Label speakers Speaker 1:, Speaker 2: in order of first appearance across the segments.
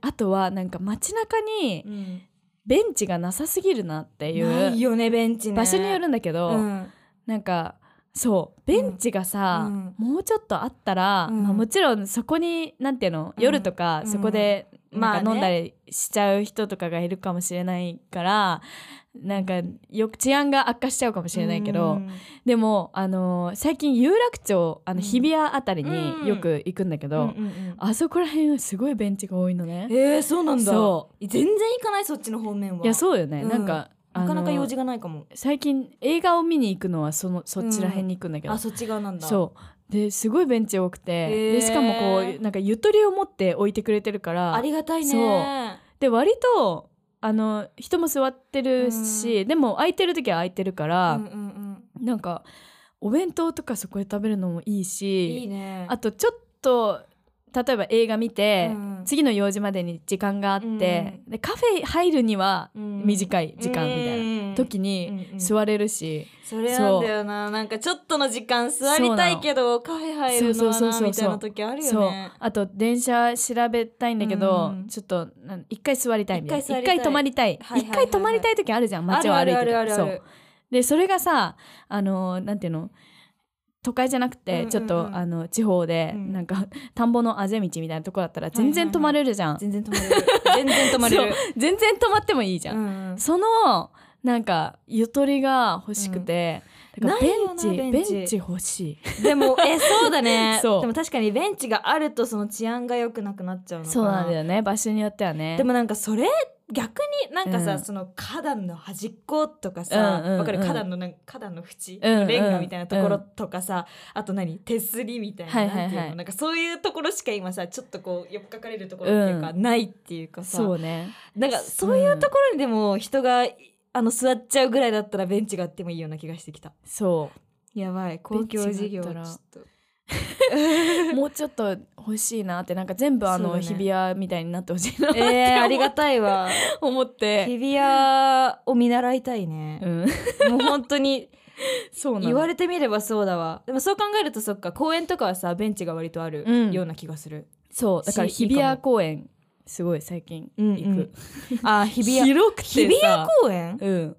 Speaker 1: あとはなんか街中に
Speaker 2: うん
Speaker 1: ベンチがなさすぎるなってい
Speaker 2: ないよねベンチ
Speaker 1: う
Speaker 2: ね
Speaker 1: 場所によるんだけど、
Speaker 2: うん
Speaker 1: なんかそうベンチがさ、
Speaker 2: うん
Speaker 1: もうちょっとあったら、
Speaker 2: うん
Speaker 1: まあ、もちろんそこになんていうの夜とか
Speaker 2: うん
Speaker 1: そこで
Speaker 2: うん
Speaker 1: なん
Speaker 2: ま
Speaker 1: か
Speaker 2: あね
Speaker 1: 飲んだりしちゃう人とかがいるかもしれないから、なんかよく治安が悪化しちゃうかもしれないけど、
Speaker 2: うん
Speaker 1: でも、あのー最近有楽町あの
Speaker 2: うん
Speaker 1: 日比谷あたり
Speaker 2: うん
Speaker 1: によく行くんだけど、
Speaker 2: うんうんうん
Speaker 1: あそこら辺はすごいベンチが多いのね。
Speaker 2: えー、そうなんだ
Speaker 1: そ
Speaker 2: 全然行かないそっちの方面
Speaker 1: う
Speaker 2: はい
Speaker 1: やそうよね、
Speaker 2: うん
Speaker 1: なんか
Speaker 2: なかなか用事
Speaker 1: が
Speaker 2: がないかも
Speaker 1: 最近映画を見に行くのはそのそっちら辺に行くんだけど、
Speaker 2: あそっち側なんだ
Speaker 1: そうですごいベンチ多くて、
Speaker 2: へー
Speaker 1: でしかもこうなんかゆとりを持って置いてくれてるから
Speaker 2: ありがたいね
Speaker 1: そうで割とあの人も座ってるし、でも空いてる時は空いてるから、
Speaker 2: うんうん
Speaker 1: なんかお弁当とかそこで食べるのもいい
Speaker 2: うん、
Speaker 1: し
Speaker 2: いいね
Speaker 1: あとちょっと例えば映画見て、
Speaker 2: うん
Speaker 1: 次の用事までに時間があって、でカフェ入るには短い時間みたいな、
Speaker 2: な
Speaker 1: 時に座れるし、
Speaker 2: それなんだよななんかちょっとの時間座りたいけどカフェ入るのは
Speaker 1: そうそうそう
Speaker 2: な
Speaker 1: そう
Speaker 2: みたいな時あるよ
Speaker 1: そう
Speaker 2: ね
Speaker 1: あと電車調べたいんだけど、
Speaker 2: うん
Speaker 1: ちょっとなん一回座りたいみたいな
Speaker 2: 一回
Speaker 1: 一
Speaker 2: 座りたい
Speaker 1: 回泊まりたい一、
Speaker 2: はいはいはいはい
Speaker 1: 回泊まりたい時あるじゃん
Speaker 2: あ
Speaker 1: 街
Speaker 2: る
Speaker 1: を
Speaker 2: あ
Speaker 1: 歩い
Speaker 2: る
Speaker 1: て
Speaker 2: あ
Speaker 1: て
Speaker 2: るあるあ
Speaker 1: そう
Speaker 2: る
Speaker 1: でそれがさあのーなんていうの都会じゃなく
Speaker 2: うんうん
Speaker 1: て
Speaker 2: うん
Speaker 1: ちょっと、あの地方で、
Speaker 2: うん
Speaker 1: なんか 田んぼのあぜ道みたいなとこだったら
Speaker 2: いはいは
Speaker 1: 全
Speaker 2: い
Speaker 1: 然泊まれるじゃん、
Speaker 2: 全然 止まれる全然止まれる
Speaker 1: 全然泊まってもいいじゃん、
Speaker 2: うんうん
Speaker 1: そのなんかゆとりが欲しくて、
Speaker 2: うん
Speaker 1: だから
Speaker 2: ないよな
Speaker 1: ベン
Speaker 2: ベン
Speaker 1: チ
Speaker 2: チ
Speaker 1: ベンチ欲しい
Speaker 2: でもえそうだ ね
Speaker 1: そう
Speaker 2: でも確かにベンチがあるとその治安が良くなくなっちゃうのかな
Speaker 1: そうなんだよね場所によってはね
Speaker 2: でもなんかそれ逆になんか
Speaker 1: う
Speaker 2: さ、
Speaker 1: ん
Speaker 2: その花壇の端っことかさわ、
Speaker 1: うんうんうん
Speaker 2: かる花壇のなんか花壇の縁、
Speaker 1: うんうん
Speaker 2: レンガみたいなところとかさ、あと何手すりみたいな,、
Speaker 1: はいはいはい
Speaker 2: なんていうのなんかそういうところしか今さちょっとこうよっかかれるところっていうか、ないっていうかさ
Speaker 1: そうね
Speaker 2: なんかそういうところにでも人が、あの座っちゃうぐらいだったらベンチがあってもいいような気がしてきた
Speaker 1: そう
Speaker 2: やばい公共事業
Speaker 1: ベンチ
Speaker 2: ち
Speaker 1: が
Speaker 2: ょ
Speaker 1: あったら
Speaker 2: っと
Speaker 1: もうちょっと欲しいなってなんか全部あ
Speaker 2: そう
Speaker 1: の、
Speaker 2: だね
Speaker 1: 日比谷みたいになってほしい なって思,、
Speaker 2: えー、ありがたいわ
Speaker 1: 思っ
Speaker 2: 日
Speaker 1: て、
Speaker 2: 比谷を見習いたいね
Speaker 1: う、ん、
Speaker 2: もう本当に
Speaker 1: そうなの
Speaker 2: 言われてみればそうだわでもそう考えるとそっか公園とかはさベンチが割とある
Speaker 1: うん
Speaker 2: ような気がする、
Speaker 1: そうだから
Speaker 2: し
Speaker 1: 日比谷公園すごい最近
Speaker 2: うん
Speaker 1: 行く、
Speaker 2: うん あー日比谷
Speaker 1: 広くてさ
Speaker 2: 日比谷公園
Speaker 1: うん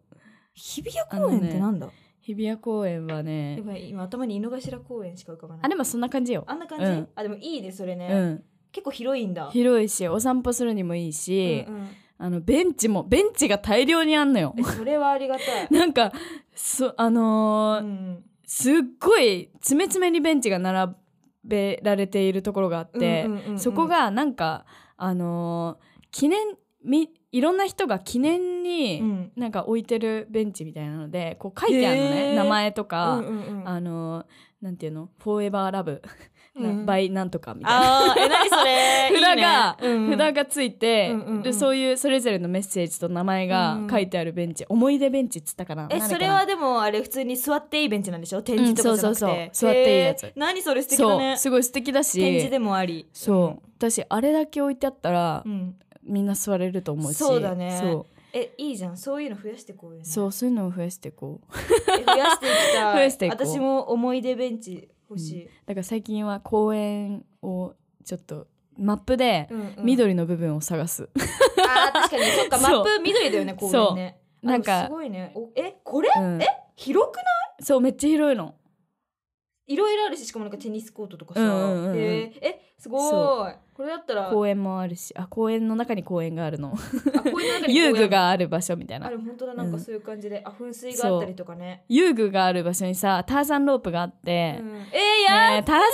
Speaker 2: 日比谷公園ってなんだ、
Speaker 1: 日比谷公園は
Speaker 2: や
Speaker 1: ね
Speaker 2: ばい今頭に井の頭公園しか浮かばない
Speaker 1: あでもそんな感じよ
Speaker 2: あんな感じ、
Speaker 1: うん
Speaker 2: あでもいいねそれね、
Speaker 1: うん
Speaker 2: 結構広いんだ
Speaker 1: 広いしお散歩するにもいいし、
Speaker 2: うんうん
Speaker 1: あのベンチもベンチが大量にあんのよ、
Speaker 2: えそれはありがたい
Speaker 1: なんかそあのー
Speaker 2: うん、
Speaker 1: すっごい詰め詰めにベンチが並べられているところがあって、
Speaker 2: うんうんうんうん
Speaker 1: そこがなんかあのー記念みいろんな人が記念に、
Speaker 2: うん
Speaker 1: なんか置いてるベンチみたいなのでこう書いてあるのね、
Speaker 2: へー
Speaker 1: 名前とか、
Speaker 2: うんうんうん
Speaker 1: あのーなんていうの「フォーエバーラブ」
Speaker 2: うん
Speaker 1: バイなんとかみたいな。
Speaker 2: あーえ何それ
Speaker 1: 札が
Speaker 2: いいねうんうん
Speaker 1: 札がついて、
Speaker 2: うんうんうん
Speaker 1: でそういうそれぞれのメッセージと名前が書いてあるベンチ、思い出ベンチっつったかな
Speaker 2: え
Speaker 1: なんだ
Speaker 2: そ
Speaker 1: っけ
Speaker 2: れ
Speaker 1: な
Speaker 2: はでもあれ普通に座っていいベンチなんでしょ展示とかじゃなくて、
Speaker 1: うんそうそうそう座っていいやつ
Speaker 2: えー何それ素敵だ
Speaker 1: そう
Speaker 2: ね
Speaker 1: すごい素敵だし
Speaker 2: 展示でもあり
Speaker 1: そう私あれだけ置いてあったら、
Speaker 2: うん
Speaker 1: みんな座れると思うし
Speaker 2: そうだね
Speaker 1: そう
Speaker 2: えいいじゃんそういうの増やしてこうよね
Speaker 1: そうそういうのを増やしていこう
Speaker 2: え増やしていきたい
Speaker 1: 増やしていこう
Speaker 2: 私も思い出ベンチ欲しい、
Speaker 1: だから最近は公園をちょっとマップで
Speaker 2: うんうん
Speaker 1: 緑の部分を探す、
Speaker 2: あー確かにそっかマ
Speaker 1: そう
Speaker 2: ップ緑だよね公園ねあ
Speaker 1: なんか
Speaker 2: すごいねおえこれ、
Speaker 1: うん
Speaker 2: え広くない
Speaker 1: そうめっちゃ広いの
Speaker 2: いろいろあるししかもなんかテニスコートとかさ、
Speaker 1: うんうんうんうん
Speaker 2: へーえすごいこれだったら
Speaker 1: 公園もあるしあ公園の中に公園があるの
Speaker 2: あ 公園の中に公園
Speaker 1: 遊具がある場所みたい
Speaker 2: あ
Speaker 1: な
Speaker 2: れ本当だなんかそういう感じで、あ噴水があったりとかね
Speaker 1: 遊具がある場所にさターザンロープがあって、
Speaker 2: うんえー、や
Speaker 1: ねえターザンロ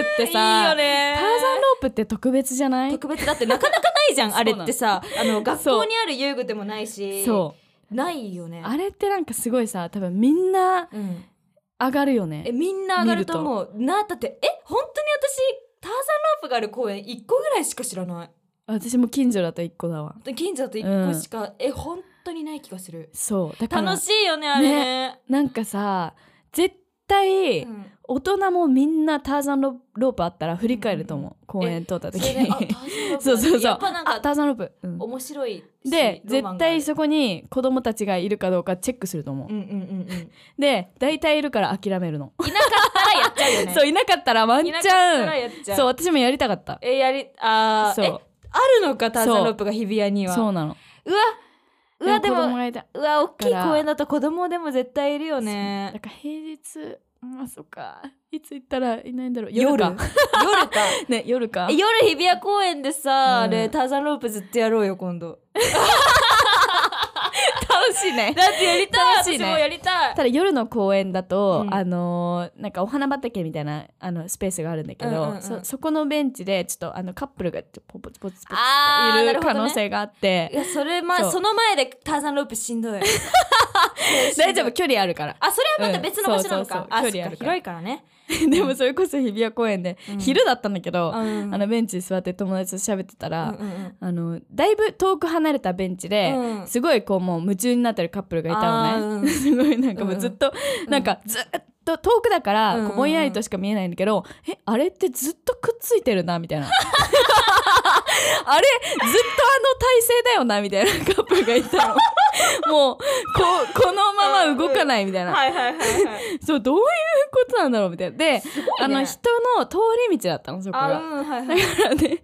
Speaker 1: ープってさ
Speaker 2: いいよね
Speaker 1: ターザンロープって特別じゃない
Speaker 2: 特別だってなかなかないじゃん
Speaker 1: そうな
Speaker 2: あれ
Speaker 1: の
Speaker 2: ってさあの学
Speaker 1: そ
Speaker 2: 校
Speaker 1: う
Speaker 2: にある遊具でもないし
Speaker 1: そ
Speaker 2: ないよね
Speaker 1: うあれってなんかすごいさ多分みんな
Speaker 2: うん、
Speaker 1: 上がるよね
Speaker 2: えみんな上がると思うなだってえ本当に私ターザンロープがある公園1個ぐらいしか知らない
Speaker 1: 私も近所だと一個だわ
Speaker 2: 近所だと1個しか、え本当にない気がする
Speaker 1: そうだから
Speaker 2: 楽しいよねあれね
Speaker 1: なんかさ絶対
Speaker 2: うん
Speaker 1: 大人もみんなターザンロロープあったら振り返ると思う、公園通った
Speaker 2: そ
Speaker 1: 時
Speaker 2: れであター
Speaker 1: に
Speaker 2: ザンロープ だ
Speaker 1: そうそうそう
Speaker 2: やっぱなん
Speaker 1: あ
Speaker 2: か
Speaker 1: ターザンロープ、うん
Speaker 2: 面白いし
Speaker 1: で
Speaker 2: ロマ
Speaker 1: 絶
Speaker 2: ンがある
Speaker 1: 対そこに子供たちがいるかどうかチェックすると思う、
Speaker 2: うんうんうん うん
Speaker 1: で大体いるから諦めるの、
Speaker 2: いなかったらやっ ちゃうよね
Speaker 1: そういなかったらワンチ
Speaker 2: いなかったら
Speaker 1: ャ
Speaker 2: やっちゃ
Speaker 1: ン
Speaker 2: う
Speaker 1: そう私もやりたかった
Speaker 2: えやりあー
Speaker 1: そう
Speaker 2: えあるのかターザンロープが日比谷には
Speaker 1: そうなの
Speaker 2: うわうわで
Speaker 1: 子
Speaker 2: も
Speaker 1: 供がいた
Speaker 2: うわ大きい
Speaker 1: から
Speaker 2: 公園だと子供でも絶対いるよ
Speaker 1: そうだ
Speaker 2: ね
Speaker 1: から平日うんあそっかいつ行ったらいないんだろう
Speaker 2: 夜
Speaker 1: か
Speaker 2: 夜か
Speaker 1: ね 夜か
Speaker 2: え夜日比谷公園でさ、
Speaker 1: うん
Speaker 2: あれターザンロープずっとやろうよ今度
Speaker 1: 楽しい ね
Speaker 2: だってやり
Speaker 1: たい
Speaker 2: 私
Speaker 1: 私
Speaker 2: も
Speaker 1: も
Speaker 2: や
Speaker 1: や
Speaker 2: りたい
Speaker 1: ただ夜の公園だと、
Speaker 2: うん
Speaker 1: あのーなんかお花畑みたいなあのスペースがあるんだけど、
Speaker 2: うんうんうん
Speaker 1: そそこのベンチでちょっとあのカップルがちょポツポツポツ
Speaker 2: あ
Speaker 1: って
Speaker 2: ー
Speaker 1: い
Speaker 2: な
Speaker 1: る
Speaker 2: るほ
Speaker 1: 可
Speaker 2: どね
Speaker 1: 能性があって
Speaker 2: い、やそれまあ
Speaker 1: そう
Speaker 2: その前でターザンロープしん どい
Speaker 1: 大丈夫距離あるから
Speaker 2: あそれはまた別の場所なの
Speaker 1: う
Speaker 2: か、
Speaker 1: んそうそうそう
Speaker 2: あそっ
Speaker 1: 距離あ
Speaker 2: か
Speaker 1: るから
Speaker 2: 広いからね、
Speaker 1: でもそれこそ日比谷公園で、
Speaker 2: うん
Speaker 1: 昼だったんだけど、
Speaker 2: うん
Speaker 1: あのベンチに座って友達と喋ってたら、
Speaker 2: うんうんうん
Speaker 1: あのだいぶ遠く離れたベンチで、
Speaker 2: うん
Speaker 1: すごいこうもう夢中になってるカップルがいたのね、
Speaker 2: あーうん
Speaker 1: すごいなんかもうずっと、
Speaker 2: ん
Speaker 1: なんかずっと遠くだから、
Speaker 2: うんうんうん
Speaker 1: こうぼんやりとしか見えないんだけど、えあれってずっとくっついてるなみたいなあれずっとあの体勢だよなみたいなカップルがいたのもうここのまま動かないみたい な、
Speaker 2: はいはいはいはい
Speaker 1: そうどういうことなんだろうみたいなで、
Speaker 2: いね
Speaker 1: あの人の通り道だったのそこ
Speaker 2: あ
Speaker 1: が。
Speaker 2: うんはいは
Speaker 1: だ
Speaker 2: い
Speaker 1: からね通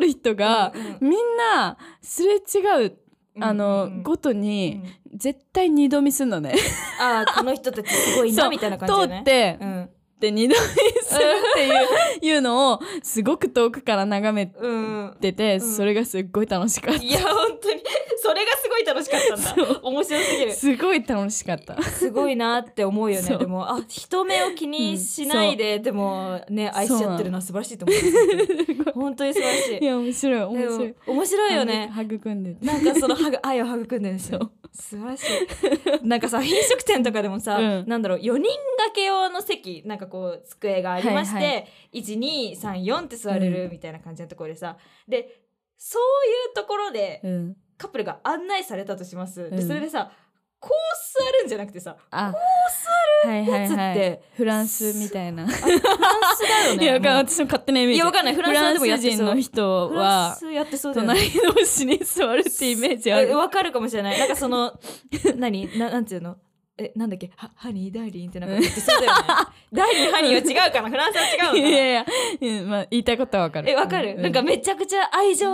Speaker 1: る人が
Speaker 2: うん
Speaker 1: みんなすれ違うあの、
Speaker 2: うんうん
Speaker 1: ごと
Speaker 2: う
Speaker 1: に
Speaker 2: ん
Speaker 1: 絶対二度見すんのね。
Speaker 2: あーこの人たちすごい
Speaker 1: そ
Speaker 2: な
Speaker 1: う
Speaker 2: みたいな感じ
Speaker 1: 通
Speaker 2: だね
Speaker 1: って、
Speaker 2: う
Speaker 1: で二度見するっていういうのをすごく遠くから眺め
Speaker 2: ん、うん、
Speaker 1: てて、
Speaker 2: ん
Speaker 1: それがすっごい楽しかっ
Speaker 2: いや本当にそれがすごい楽しかったんだ面白すぎ
Speaker 1: た。
Speaker 2: る
Speaker 1: すごい楽しかった。
Speaker 2: すごいなって思うよ
Speaker 1: そ
Speaker 2: ね
Speaker 1: う
Speaker 2: でもあ人目を気にしないで、でもね愛し合ってるのは素晴らしいと思う本当に素晴らしい
Speaker 1: いや面白い面白い
Speaker 2: で。も面白いよね
Speaker 1: 育んでて。
Speaker 2: なんかそのはぐ愛を育んでるんです よ素晴らしいなんかさ飲食店とかでもさ、
Speaker 1: うん
Speaker 2: なんだろう4人掛け用の席なんかこう机がありまして、
Speaker 1: はいは
Speaker 2: 1234って座れるみたいな感じのところでさ、でそういうところで
Speaker 1: うん。
Speaker 2: カップルが案内されたとします、
Speaker 1: う
Speaker 2: で
Speaker 1: ん
Speaker 2: それでさこう座るんじゃなくてさ
Speaker 1: あ、はいはい
Speaker 2: やつって、
Speaker 1: はいフランスみたいな。
Speaker 2: フランスだよ
Speaker 1: いやわ
Speaker 2: ね
Speaker 1: かんない
Speaker 2: も
Speaker 1: 私の勝手なイメー
Speaker 2: うい
Speaker 1: ジ。
Speaker 2: やわかんない
Speaker 1: フ
Speaker 2: フランス
Speaker 1: ラ
Speaker 2: は
Speaker 1: ン
Speaker 2: でもやっ
Speaker 1: ス
Speaker 2: て
Speaker 1: 人
Speaker 2: そう
Speaker 1: の人
Speaker 2: フラン
Speaker 1: は
Speaker 2: スやってそうだよね
Speaker 1: 隣同士に座るってイメージあ
Speaker 2: え
Speaker 1: る。
Speaker 2: わかるかもしれないなんかその 何ななんていうのえなんだっけはハニーダーリンってなんか言ってそうだよ ねダーリンハニーは違うかなフランスは違うのか
Speaker 1: い
Speaker 2: な
Speaker 1: やいや、うんまあ、言いたいことはわかる。
Speaker 2: えわかる、
Speaker 1: う
Speaker 2: なんかめちゃくちゃ愛情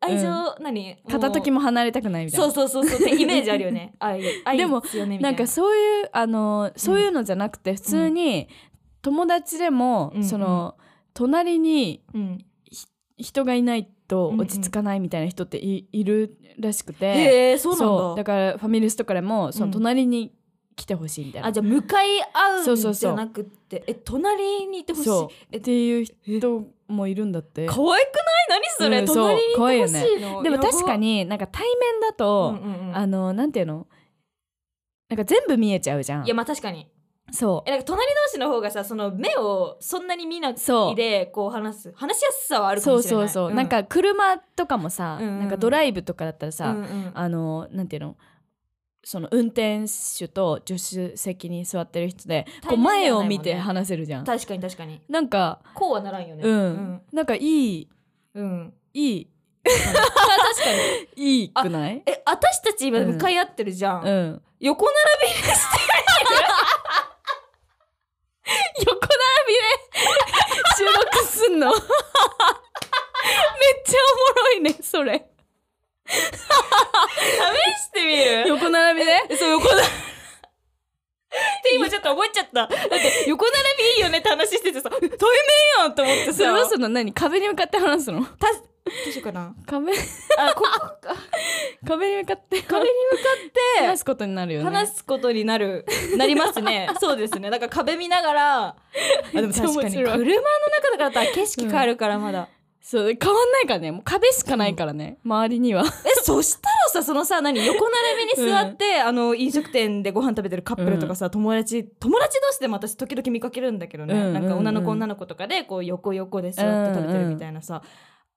Speaker 2: 愛情、何
Speaker 1: 片時
Speaker 2: も
Speaker 1: も離れたくないうみたいな。
Speaker 2: そうそうそうそうってイメージあるよ ね愛愛
Speaker 1: でも
Speaker 2: ですよねみた
Speaker 1: ないん
Speaker 2: な
Speaker 1: かそういう、あの、そういうのじゃなくて、普通に、友達でも、
Speaker 2: うん
Speaker 1: その、隣に
Speaker 2: うん
Speaker 1: 人がいないと
Speaker 2: うんうん
Speaker 1: 落ち着かないみたいな人ってい,、いるらしくて。
Speaker 2: へえそうなんだ
Speaker 1: だから、ファミレスとかでも、そうの、
Speaker 2: ん
Speaker 1: 隣に来てほしいみたいな。
Speaker 2: あじゃあ向かい合
Speaker 1: そううそ
Speaker 2: ん
Speaker 1: う
Speaker 2: じ
Speaker 1: そう
Speaker 2: ゃなくってえ隣にいてほしい
Speaker 1: そう
Speaker 2: え
Speaker 1: っていう人もいるんだって。
Speaker 2: 可愛くない何それ、
Speaker 1: うんそう
Speaker 2: 隣にいてほしい
Speaker 1: 可愛
Speaker 2: の
Speaker 1: でも確か
Speaker 2: に
Speaker 1: になんか対面だと、あのなんていうのなんか全部見えちゃうじゃん
Speaker 2: いやまあ確かに
Speaker 1: そ
Speaker 2: えなんか隣同士の方がさその目をそんなに見なく
Speaker 1: そう
Speaker 2: でこう話す話しやすさはあ
Speaker 1: う
Speaker 2: るか
Speaker 1: そ
Speaker 2: も
Speaker 1: う
Speaker 2: しれな
Speaker 1: そ
Speaker 2: いう
Speaker 1: そう、なんか車とかもさ、
Speaker 2: うんうん
Speaker 1: なんかドライブとかだったらさ、
Speaker 2: うんうん
Speaker 1: あのなんていうのその運転手と助手席に座ってる人でこう
Speaker 2: 対面
Speaker 1: 前
Speaker 2: ではな
Speaker 1: を
Speaker 2: いもんね
Speaker 1: 見て話せるじゃん、
Speaker 2: 確かに確かに
Speaker 1: なんか
Speaker 2: こうはならんよね
Speaker 1: うん、なんかいい
Speaker 2: うん、うん
Speaker 1: いい
Speaker 2: 確かに
Speaker 1: いいくない
Speaker 2: え私たち今
Speaker 1: うん
Speaker 2: 向かい合ってるじゃん、
Speaker 1: うん
Speaker 2: 横並
Speaker 1: 横並びで収録すんの めっちゃおもろいねそれ
Speaker 2: び試してみ る
Speaker 1: 横並びで
Speaker 2: そう横 並びって今ちょっと覚えちゃっただって横並びいいよねって話しててさ対面やんと思って
Speaker 1: それ
Speaker 2: さ
Speaker 1: はその何壁に向かって話すの
Speaker 2: たどうしようかな
Speaker 1: 壁
Speaker 2: あここか
Speaker 1: 壁に向かって
Speaker 2: 壁に向かって
Speaker 1: 話すことになるよね
Speaker 2: 話すことになる、なります ね。そうですね。だから壁見ながら、あでも確か
Speaker 1: めっ
Speaker 2: に
Speaker 1: ちゃ面白い
Speaker 2: 車の中だからだったら景色変わるからまだ。
Speaker 1: そう変わんないからねもう壁しかないからね周りには
Speaker 2: え、そしたらさ、そのさ、何、横並びに座って、あの、飲食店でご飯食べてるカップルとかさ、友達、友達同士でも私時々見かけるんだけどね。
Speaker 1: うんうんうん
Speaker 2: なんか女の子女の子とかで、こう横横で座って食べてるみたいなさ。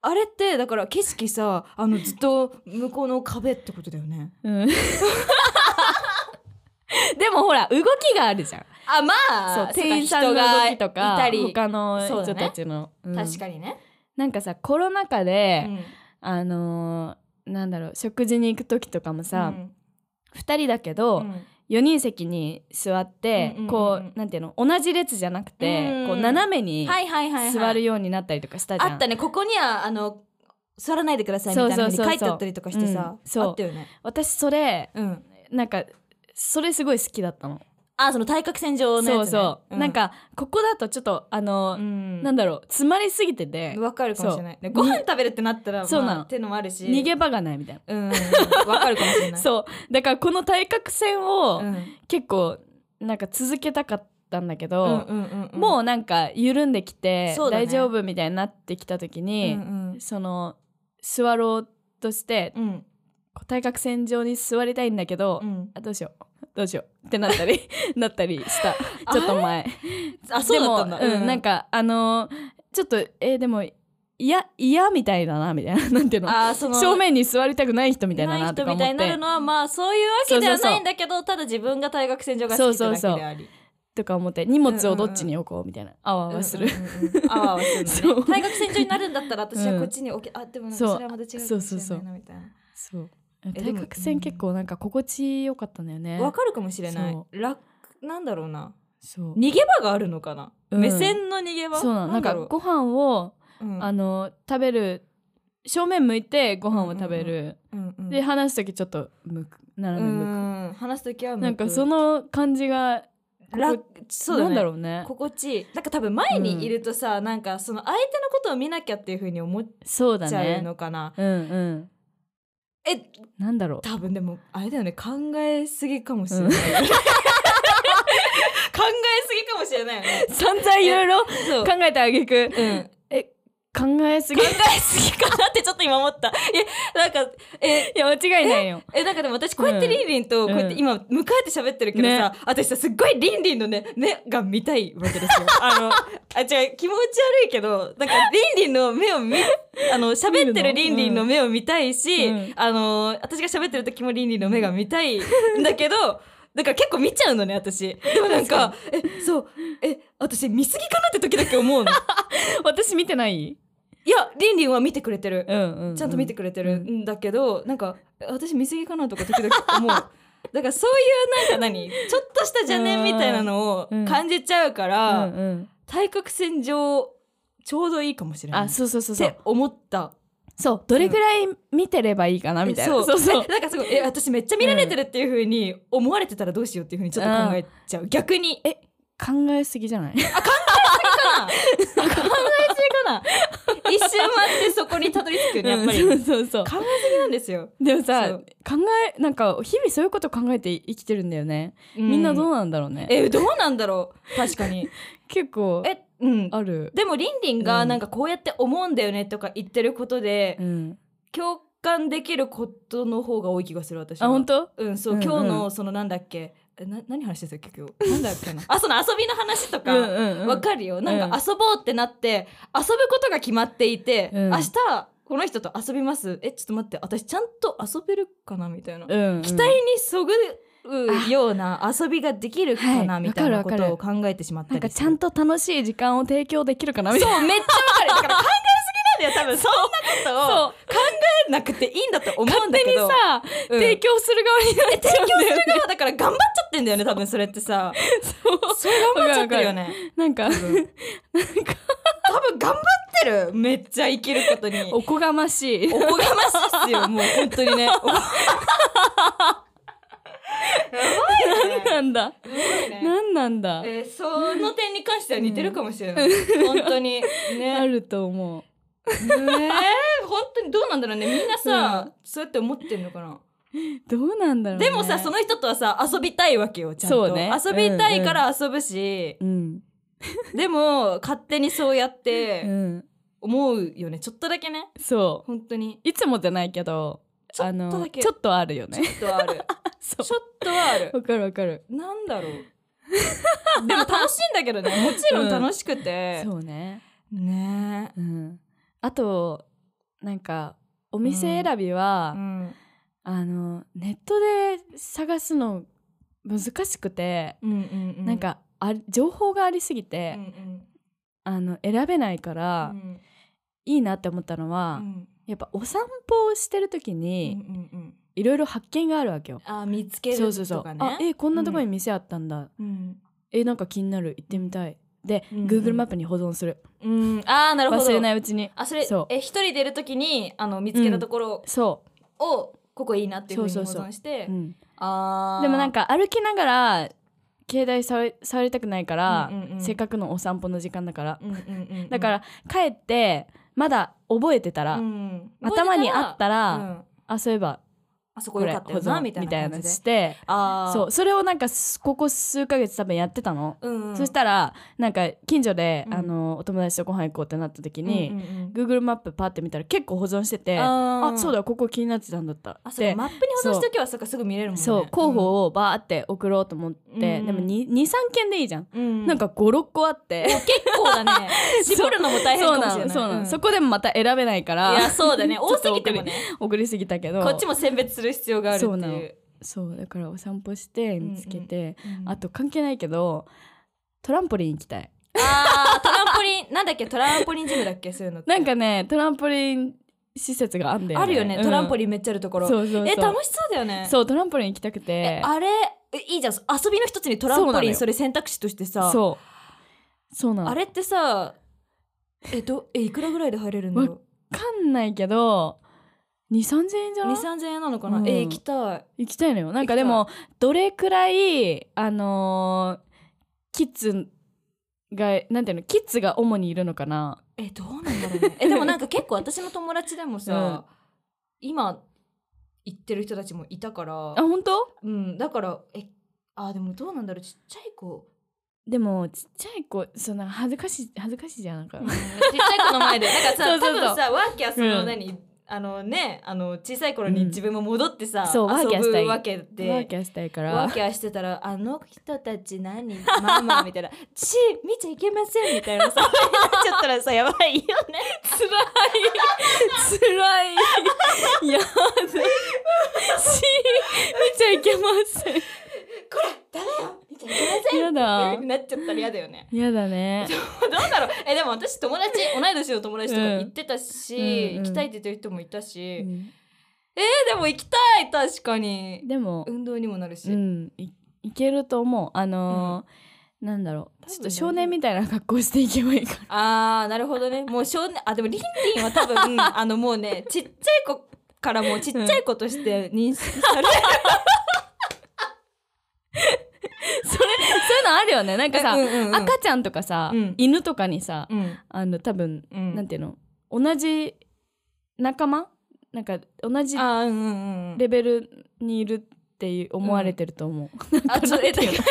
Speaker 2: あれってだから景色さあのずっと向こうの壁ってことだよね
Speaker 1: うんでもほら動きがあるじゃん
Speaker 2: あま
Speaker 1: そう
Speaker 2: そう
Speaker 1: 店
Speaker 2: 店
Speaker 1: 員
Speaker 2: 員
Speaker 1: さ
Speaker 2: さ
Speaker 1: ん
Speaker 2: ん
Speaker 1: の
Speaker 2: の
Speaker 1: 動
Speaker 2: 動
Speaker 1: き
Speaker 2: き
Speaker 1: と
Speaker 2: と
Speaker 1: か
Speaker 2: か
Speaker 1: 他の
Speaker 2: そう
Speaker 1: 人
Speaker 2: だね
Speaker 1: たちの、うん
Speaker 2: 確かにね、
Speaker 1: なんかさコロナ禍
Speaker 2: う
Speaker 1: で、
Speaker 2: ん
Speaker 1: あのーなんだろう食事に行く時とかもさ、
Speaker 2: うん
Speaker 1: 二2人だけど、
Speaker 2: うん
Speaker 1: 4人席に座って、
Speaker 2: うんうんうん
Speaker 1: こうなんていうの同じ列じゃなくて、
Speaker 2: うん
Speaker 1: こう斜めに
Speaker 2: はいはいはいはい、
Speaker 1: 座るようになったりとかしたじゃん、
Speaker 2: あったねここにはあの座らないでくださいみたいなふうに
Speaker 1: そうそうそうそう
Speaker 2: 書いてあったりとかしてさ、
Speaker 1: うんそう
Speaker 2: あったよね
Speaker 1: 私それ
Speaker 2: うん
Speaker 1: なんかそれすごい好きだったの、
Speaker 2: あその対角線上の
Speaker 1: そ
Speaker 2: や
Speaker 1: う
Speaker 2: つ、ね、
Speaker 1: そう、
Speaker 2: う
Speaker 1: なん、かここだとちょっとあの、
Speaker 2: うん、
Speaker 1: なんだろう詰まりすぎてて
Speaker 2: わかるかもしれないねご飯食べるってなったら
Speaker 1: そうなの
Speaker 2: まあ、ってのもあるし
Speaker 1: 逃げ場がないみたいな、
Speaker 2: うんわかるかもしれない
Speaker 1: そうだからこの対角線を
Speaker 2: うん
Speaker 1: 結構なんか続けたかったんだけ
Speaker 2: う
Speaker 1: ど、
Speaker 2: んうんうんうん
Speaker 1: もうなんか緩んできて、
Speaker 2: そうだね
Speaker 1: 大丈夫みたいになってきた時
Speaker 2: うん
Speaker 1: に、
Speaker 2: うん
Speaker 1: その座ろうとして
Speaker 2: うん
Speaker 1: こう対角線上に座りたいんだけど、
Speaker 2: うん
Speaker 1: あどうしようどうしようってなった りなったりしたちょっと前
Speaker 2: あそうだったんだ
Speaker 1: でも、うんなんかあのーちょっとえーでもいや嫌みたいだなみたいな なんていうの
Speaker 2: あーその
Speaker 1: 正面に座りたくない人みたいだ
Speaker 2: ない
Speaker 1: なとか
Speaker 2: 人み
Speaker 1: 思
Speaker 2: たい
Speaker 1: っ
Speaker 2: になる
Speaker 1: て
Speaker 2: のはまあそういうわけでは
Speaker 1: そうそうそ
Speaker 2: ないういんだけどただ自分が対角線上が好きってだけであり
Speaker 1: とか思って荷物をどっちに置こうみたいなあわあわする、
Speaker 2: うんうんうんあわあわする
Speaker 1: そ
Speaker 2: の
Speaker 1: う
Speaker 2: ね対角線上になるんだったら私
Speaker 1: うん
Speaker 2: はこっちに置けあでもなんか
Speaker 1: そう
Speaker 2: それはまた違うかもしれ
Speaker 1: そうそうそう
Speaker 2: ないなみたいな
Speaker 1: そう
Speaker 2: え
Speaker 1: 対角線結構なんか心地よかったんだよね
Speaker 2: わかるかもしれない
Speaker 1: そ
Speaker 2: 楽なんだろうな
Speaker 1: そう
Speaker 2: 逃げ場があるのかな
Speaker 1: うん
Speaker 2: 目線の逃げ場
Speaker 1: そうなのなん
Speaker 2: だ
Speaker 1: か
Speaker 2: ろう
Speaker 1: ご飯を、
Speaker 2: うん
Speaker 1: あの食べる正面向いてご飯を食べる、
Speaker 2: うんうん
Speaker 1: で話す時ちょっと向く斜
Speaker 2: う
Speaker 1: め向
Speaker 2: ん話すときは
Speaker 1: く
Speaker 2: 向く
Speaker 1: なんかその感じが
Speaker 2: 楽そうだ
Speaker 1: なん
Speaker 2: ね
Speaker 1: だろうね
Speaker 2: 心地いいなんか多分前にいるとさ、なんかその相手のことを見なきゃっていうふうに思っ
Speaker 1: そうだ
Speaker 2: ちゃう
Speaker 1: ね
Speaker 2: のかな、
Speaker 1: うんうん
Speaker 2: え
Speaker 1: なんだろう
Speaker 2: 多分でもあれだよね考えすぎかもしれな
Speaker 1: う
Speaker 2: い、
Speaker 1: ん
Speaker 2: 考えすぎかもしれないよ ね
Speaker 1: 散々いろいろ
Speaker 2: そう、
Speaker 1: 考えてあげく
Speaker 2: うん、
Speaker 1: 考えすぎい
Speaker 2: 考えすぎかなってちょっと今思ったいやなんかえ
Speaker 1: や 間違いないよ
Speaker 2: えなんかでも私こうやってリンリンとこうやって今向かえて喋ってるけどさ、
Speaker 1: ね
Speaker 2: 私さすっごいリンリンのね目が見たいわけ ですよあのあ違う気持ち悪いけどなんかリンリンの目を 見あの喋ってるリンリンの目を見たいし、
Speaker 1: うんうん
Speaker 2: あの私が喋ってる時もリンリンの目が見たいんだけど だから結構見ちゃうのね私でもなんかえそうえ私見すぎかなって時だけ思うの
Speaker 1: 私見てない
Speaker 2: いやリンリンは見てくれて る
Speaker 1: うんうん、
Speaker 2: ちゃんと見てくれて
Speaker 1: う
Speaker 2: る
Speaker 1: ん
Speaker 2: んだけど、なんか私見過ぎかなとか時々 思うだからそういうなんか何ちょっとした邪念みたいなのを
Speaker 1: うん
Speaker 2: 感じちゃうから、
Speaker 1: うんうん
Speaker 2: 対角線上ちょうどいいかもしれない
Speaker 1: あ
Speaker 2: っ
Speaker 1: そうそうそうそう
Speaker 2: て思った
Speaker 1: そうどれぐらい見てればいいかなみたいな、
Speaker 2: え
Speaker 1: そうそう
Speaker 2: えなんかすごいえ私めっちゃ見られてるっていう風に思われてたらどうしようっていう風にちょっと考えちゃう、逆にえ
Speaker 1: 考えすぎじ ゃない
Speaker 2: かな考えすぎかな一瞬待ってそこにたどり着くよねやっぱり、
Speaker 1: う
Speaker 2: 考
Speaker 1: んそうそうそ
Speaker 2: えすぎなんですよ、
Speaker 1: うでも
Speaker 2: そ
Speaker 1: さ
Speaker 2: う
Speaker 1: 考えなんか日々そういうこと考えて生きてるんだよね、みんなど
Speaker 2: う
Speaker 1: うなんだろうね
Speaker 2: えどうなんだろう確かに
Speaker 1: 結構
Speaker 2: えうん
Speaker 1: ある
Speaker 2: でもりんりん
Speaker 1: う
Speaker 2: が
Speaker 1: ん
Speaker 2: なんかこうやって思うんだよねとか言ってることで、
Speaker 1: うん
Speaker 2: 共感できることの方が多い気がする私は
Speaker 1: あ本当
Speaker 2: うんそう、
Speaker 1: うんうん
Speaker 2: 今日のそのなんだっけえな何話してたっけ今日 なんだっけなあその遊びの話とか、
Speaker 1: うん
Speaker 2: わかるよなん
Speaker 1: うん
Speaker 2: か遊ぼうってなって遊ぶことが決まっていて、
Speaker 1: うん
Speaker 2: 明日この人と遊びますえちょっと待って私ちゃんと遊べるかなみたいな、
Speaker 1: うんうん
Speaker 2: 期待にそぐうような遊びができるかな
Speaker 1: はい
Speaker 2: みたいなこ
Speaker 1: わかる
Speaker 2: と
Speaker 1: わ
Speaker 2: を考えてしまった
Speaker 1: なん
Speaker 2: り
Speaker 1: か
Speaker 2: す
Speaker 1: ち
Speaker 2: る
Speaker 1: ゃんと楽しい時間を提供できるかなみたいな
Speaker 2: そうめっちゃわ かるだから考えすぎなんだよ多分そんなことを
Speaker 1: そう
Speaker 2: 考えなくていいんだと思うんだ
Speaker 1: 勝手
Speaker 2: け
Speaker 1: に
Speaker 2: ど
Speaker 1: さ、
Speaker 2: うん
Speaker 1: 提供する側になっちゃうんだよね
Speaker 2: だからだから頑張っちゃってんだよね多分それってさ それ頑張っちゃってるよね
Speaker 1: なんか
Speaker 2: 多分頑張ってるめっちゃ生きることに
Speaker 1: おこがましい
Speaker 2: おこがましいっす よもう本当にねおやばいね
Speaker 1: なんだなんなんだ
Speaker 2: えーその点に関しては似てるかもしれない、本当にね
Speaker 1: あると思う
Speaker 2: ねえ本当にどうなんだろうねみんなさ、そうやって思ってんのかな
Speaker 1: どうなんだろうね
Speaker 2: でもさ、その人とはさ遊びたいわけよちゃんと
Speaker 1: そうね
Speaker 2: 遊びたいから遊ぶし、
Speaker 1: うん
Speaker 2: でも勝手にそうやっ
Speaker 1: う
Speaker 2: て
Speaker 1: ん
Speaker 2: 思うよねちょっとだけね
Speaker 1: そ
Speaker 2: 本当に
Speaker 1: ういつもじゃないけど
Speaker 2: ちょっとだけ
Speaker 1: あのちょっとあるよね
Speaker 2: ちょっとはあ る
Speaker 1: そう
Speaker 2: ちょっとはある
Speaker 1: わかるわかる
Speaker 2: なんだろうでも楽しいんだけどねもちろん楽しくて、
Speaker 1: そうね
Speaker 2: ね
Speaker 1: うんあとなんかお店選び
Speaker 2: え、
Speaker 1: は
Speaker 2: う、ん
Speaker 1: あのネットで探すの難しくて、
Speaker 2: うんうんう
Speaker 1: なん、かあ情報がありすぎ
Speaker 2: うん
Speaker 1: て、
Speaker 2: うん
Speaker 1: あの選べないか
Speaker 2: う
Speaker 1: ら、
Speaker 2: ん
Speaker 1: いいなって思ったの
Speaker 2: う
Speaker 1: は、
Speaker 2: ん
Speaker 1: やっぱお散歩をしてる時
Speaker 2: うんう
Speaker 1: に
Speaker 2: んうん
Speaker 1: いろいろ発見があるわけよ。
Speaker 2: あ見つけるとか
Speaker 1: そ
Speaker 2: ね
Speaker 1: うそうそう、あえこんなとこに店あったんだ、
Speaker 2: うん
Speaker 1: えなんか気になる行ってみたいで、
Speaker 2: うん
Speaker 1: Google マップに保存する
Speaker 2: うんああなるほど
Speaker 1: 忘れないうちに
Speaker 2: あそれ
Speaker 1: そう
Speaker 2: え一人でいる時にあの見つけたところ
Speaker 1: そ
Speaker 2: を、ここいいなっていうふうに保
Speaker 1: そうそうそう
Speaker 2: 存して
Speaker 1: う、うん
Speaker 2: あー
Speaker 1: でもなんか歩きながら携帯触り触りたくないから、
Speaker 2: うんうんうん
Speaker 1: せっかくのお散歩の時間だから、
Speaker 2: うんうんうんうん
Speaker 1: だから帰ってまだ覚えてたら、
Speaker 2: うん
Speaker 1: 頭にあったら、
Speaker 2: うん
Speaker 1: あそういえば
Speaker 2: あそ
Speaker 1: こ
Speaker 2: こ良
Speaker 1: れ
Speaker 2: か
Speaker 1: 保
Speaker 2: ったよな
Speaker 1: 存
Speaker 2: み
Speaker 1: み
Speaker 2: たい
Speaker 1: たい
Speaker 2: な
Speaker 1: な
Speaker 2: 感
Speaker 1: の
Speaker 2: じで
Speaker 1: して
Speaker 2: あー
Speaker 1: そうそれをなんかすここ数ヶ月多分やってたの、
Speaker 2: うんうん、
Speaker 1: そしたらなんか近所で、
Speaker 2: うん
Speaker 1: あのお友達とご飯行こうってなった時
Speaker 2: ら
Speaker 1: に、
Speaker 2: うんうんうん
Speaker 1: Google マップパって見たら結構保存しててあ
Speaker 2: あ
Speaker 1: そう
Speaker 2: だ
Speaker 1: だここ気になってたんだった
Speaker 2: あそう
Speaker 1: で
Speaker 2: かマップに保存しておけばそっかすぐ見れるもんね
Speaker 1: そう候補をバーって送ろうと思って、
Speaker 2: うん
Speaker 1: でも23件でいいじゃん、
Speaker 2: うん、うん
Speaker 1: なんか56個あって、
Speaker 2: 結構だね絞るのも大 変
Speaker 1: そう
Speaker 2: かも
Speaker 1: な
Speaker 2: しれない
Speaker 1: のそうなの、
Speaker 2: ん
Speaker 1: そこでもまた選べないから
Speaker 2: いやそうだね
Speaker 1: ちょ
Speaker 2: 多
Speaker 1: っと送
Speaker 2: す
Speaker 1: り
Speaker 2: ぎてもね
Speaker 1: 送りすぎたけど
Speaker 2: こっちも選別する必要があるっていう
Speaker 1: そうなのそうだからお散歩して見つけて、
Speaker 2: うん
Speaker 1: あと関係ないけどトランポリン行きたい
Speaker 2: あートランポリンなんだっけトランポリンジムだっけそういうのって
Speaker 1: なんかねトランポリン施設があんだよ、ね、
Speaker 2: あるよね、トランポ
Speaker 1: リ
Speaker 2: リンめっちゃあるところ
Speaker 1: そうそうそう
Speaker 2: え楽しそうだよね
Speaker 1: そうトランポリン行きたくて
Speaker 2: えあれえいいじゃんそ遊びの一つにトラン
Speaker 1: そう
Speaker 2: ポ
Speaker 1: なの
Speaker 2: リン
Speaker 1: よ
Speaker 2: それ選択肢としてさ
Speaker 1: そうそうなの
Speaker 2: あれってさえどえいくらぐらいで入れるんだろ
Speaker 1: わかんないけど2,3000円じ
Speaker 2: う
Speaker 1: ゃない
Speaker 2: 2,3000円なのかな、
Speaker 1: うん
Speaker 2: え行きたい
Speaker 1: 行きたいのよなんかでもどれくらいあのーキッズがなんていうのキッズが主にいるのかな
Speaker 2: えどうなんだろう ねえでもなんか結構私の友達でもさ、今行ってる人たちもいたから
Speaker 1: あ本当
Speaker 2: うんだからえあでもどうなんだろうちっちゃい子
Speaker 1: でもちっちゃい子そんな恥ずかしい恥ずかしいじゃんなんか、
Speaker 2: ちっちゃい子の前でなんかさ
Speaker 1: そうそうそう
Speaker 2: 多分さワーキャスの
Speaker 1: うん
Speaker 2: 何、あのねあの小さい頃に自分も戻ってさ、
Speaker 1: うんそうワーキャー
Speaker 2: 遊
Speaker 1: した
Speaker 2: ぶ
Speaker 1: い
Speaker 2: わけで
Speaker 1: ワーキャーしたいから
Speaker 2: ワーキャーしてたら「あの人たち何 ママ」みたいな「ち見ちゃいけません」みたい なさ なっちゃったらさやばいよね
Speaker 1: つらいつらいや だし見ちゃいけません
Speaker 2: これダメよ見ちゃいけません
Speaker 1: や
Speaker 2: っていう風
Speaker 1: だ
Speaker 2: になっちゃったら嫌だよね
Speaker 1: やだね
Speaker 2: どうだろうえでも私友達同い年の友達とか行ってたし、
Speaker 1: うん
Speaker 2: 行きたいって言ってる人もいたし、
Speaker 1: うん
Speaker 2: えーでも行きたい確かに
Speaker 1: でも
Speaker 2: 運動にもなるし、
Speaker 1: うんいいけると思うあのーなんだろう
Speaker 2: 多分
Speaker 1: ちょっと少年みたいな格好していけばい いか
Speaker 2: あーなるほどねもう少年あでもりんりんは多 分あのもうねちっちゃい子からもうちっちゃい子として認識される、
Speaker 1: らそれそういうのあるよねなんかさ、
Speaker 2: うんうんうん
Speaker 1: 赤ちゃんとかさ、
Speaker 2: うん
Speaker 1: 犬とかにさ
Speaker 2: うん
Speaker 1: あの多分、
Speaker 2: うん
Speaker 1: なんていうの同じ仲間なんか同じ
Speaker 2: あーうんうんうん
Speaker 1: レベルにいるっていう思われてると思う、
Speaker 2: あちょっとえだけど赤ちゃんえわか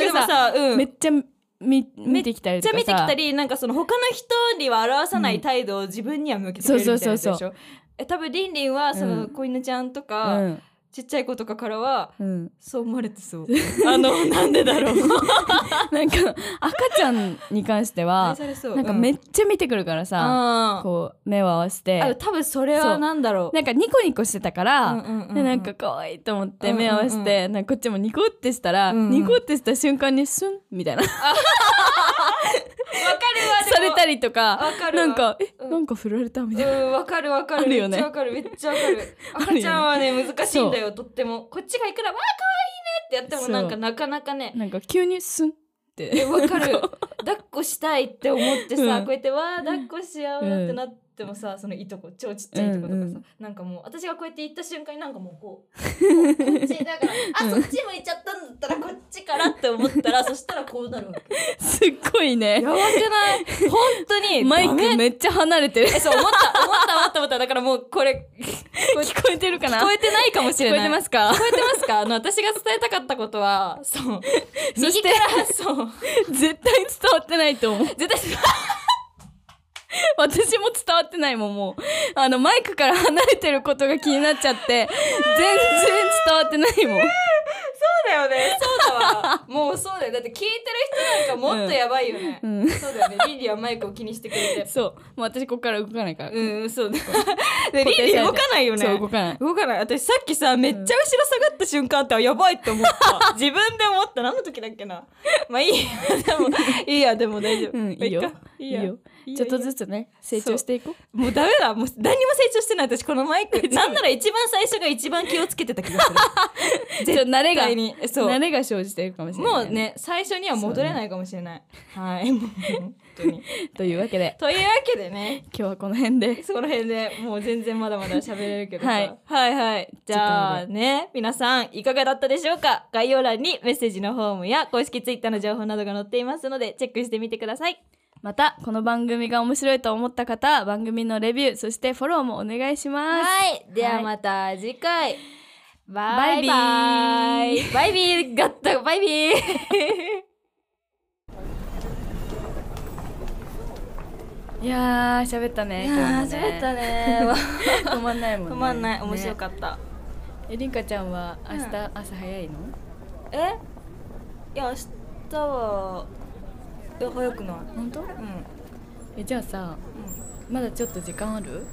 Speaker 2: るけどさ、 うん、
Speaker 1: めっちゃみ見てきたり
Speaker 2: めっち
Speaker 1: と
Speaker 2: ゃ
Speaker 1: か
Speaker 2: 見てき
Speaker 1: さ
Speaker 2: たりなんかその他の人には表さない態度を自分には向けてくれるみたいなやつ
Speaker 1: そうそ
Speaker 2: で
Speaker 1: う
Speaker 2: し
Speaker 1: そ
Speaker 2: ょえ多分りんりんはそうの
Speaker 1: ん
Speaker 2: 子犬ちゃんと
Speaker 1: う
Speaker 2: か、
Speaker 1: ん
Speaker 2: ちっちゃい子とかからは
Speaker 1: うん、
Speaker 2: そう思われてそう あのなんでだろ う
Speaker 1: なんか赤ちゃんに関して
Speaker 2: 愛
Speaker 1: は
Speaker 2: されそう
Speaker 1: なんかめ
Speaker 2: っ
Speaker 1: っちゃ見てくるからさ、
Speaker 2: あー
Speaker 1: こう目を合わせて
Speaker 2: あ多分それはなんだろう
Speaker 1: なんかニコニコしてたから、
Speaker 2: うんうんうんうん
Speaker 1: でなんか可愛いと思って目を合わせて、なんかこっちもニコってしたら、
Speaker 2: うんうん
Speaker 1: ニコってした瞬間にスンみたいな
Speaker 2: わかるわでも
Speaker 1: されたりとか
Speaker 2: わかる
Speaker 1: な
Speaker 2: わ
Speaker 1: んかえ、
Speaker 2: うん
Speaker 1: なんか振られたみたいな、
Speaker 2: うんわかるわかる
Speaker 1: あるよね
Speaker 2: めっちゃわかるめっちゃわかる
Speaker 1: あるよね
Speaker 2: 赤ちゃんはね難しいんだよとってもこっちがいくらわあ可愛いねってやってもなん
Speaker 1: そ
Speaker 2: か
Speaker 1: う
Speaker 2: なかなかね
Speaker 1: なんか急にスンっ
Speaker 2: え
Speaker 1: て
Speaker 2: わかる抱っこしたいって思ってさ、
Speaker 1: うん
Speaker 2: こうやってわあ抱っこしようってなってもさそのいとこ超ちっちゃいいとこと
Speaker 1: う
Speaker 2: かさ、
Speaker 1: んうん
Speaker 2: なんかもう私がこうやって行った瞬間になんかもうこ うこっちだからあそっち向いちゃったんだったらこっちからって思ったらそしたらこうなるわ け
Speaker 1: すっごいね
Speaker 2: やばくない本当に
Speaker 1: マイ
Speaker 2: ダメ
Speaker 1: クめっちゃ離れてる
Speaker 2: えそう思った思った思った思っただからもうこれ
Speaker 1: 聞こえてるかな
Speaker 2: 聞こえてないかもしれない
Speaker 1: 聞こえてますか
Speaker 2: 聞こえてますかあの私が伝えたかったことはそう
Speaker 1: そし
Speaker 2: 右
Speaker 1: て
Speaker 2: からそう
Speaker 1: 絶対伝わってないと思う
Speaker 2: 絶対
Speaker 1: 私も伝わってないもんもうあのマイクから離れてることが気になっちゃって全然伝わってないもん
Speaker 2: そうだよね。そうだわ。 もうそうだよ。だって聞いてる人なんかもっとやばいよね。
Speaker 1: うん
Speaker 2: そうだよね。リリーはマイクを気にしてくれ て。
Speaker 1: そうもう私ここから動かないから、
Speaker 2: うん、そうだ。で
Speaker 1: 固定され
Speaker 2: リ
Speaker 1: て
Speaker 2: リー動かないよ
Speaker 1: そう
Speaker 2: ね。
Speaker 1: 動かない
Speaker 2: 動かない。私さっきさ、めっちゃ後ろ下がった瞬間って、あやばいって思 った。自分で思った。何の時だっけな。まあいいや。でも、いいや、でも大丈夫。
Speaker 1: うんいいよ
Speaker 2: まあっかいいや。
Speaker 1: いいよ
Speaker 2: いいや
Speaker 1: ちょっとずつね成長していこう
Speaker 2: もうダメだ。 もう何にも成長してない。私このマイク。なんなら一番最初が一番気をつけてた気がする。
Speaker 1: ちょっと慣れが
Speaker 2: 絶対にそう
Speaker 1: 慣れが生じてるかもしれ
Speaker 2: も
Speaker 1: な
Speaker 2: う
Speaker 1: い、
Speaker 2: ね最初には戻れないかもしれない、 はいもう本当に
Speaker 1: というわけで
Speaker 2: というわけでね
Speaker 1: 今日はこの辺で
Speaker 2: そこら辺でもう全然まだまだ喋れるけどさ、
Speaker 1: はい
Speaker 2: はいはいじゃあね皆さんいかがだったでしょうか概要欄にメッセージのフォームや公式ツイッターの情報などが載っていますのでチェックしてみてください
Speaker 1: またこの番組が面白いと思った方は番組のレビューそしてフォローもお願いします
Speaker 2: はいではまた次回、バイバ
Speaker 1: バイビ
Speaker 2: イバイビーガッタバイビー
Speaker 1: いやー喋ったね今日もね
Speaker 2: ね
Speaker 1: 止まんないもんね
Speaker 2: 止まんない面白
Speaker 1: っ
Speaker 2: かった、
Speaker 1: た、えりんかちゃんは明
Speaker 2: う
Speaker 1: 日
Speaker 2: ん
Speaker 1: 朝早いの、
Speaker 2: えいや明日はえ早くない
Speaker 1: 本当
Speaker 2: うん
Speaker 1: えじゃあさ
Speaker 2: うん
Speaker 1: まだちょっと時間ある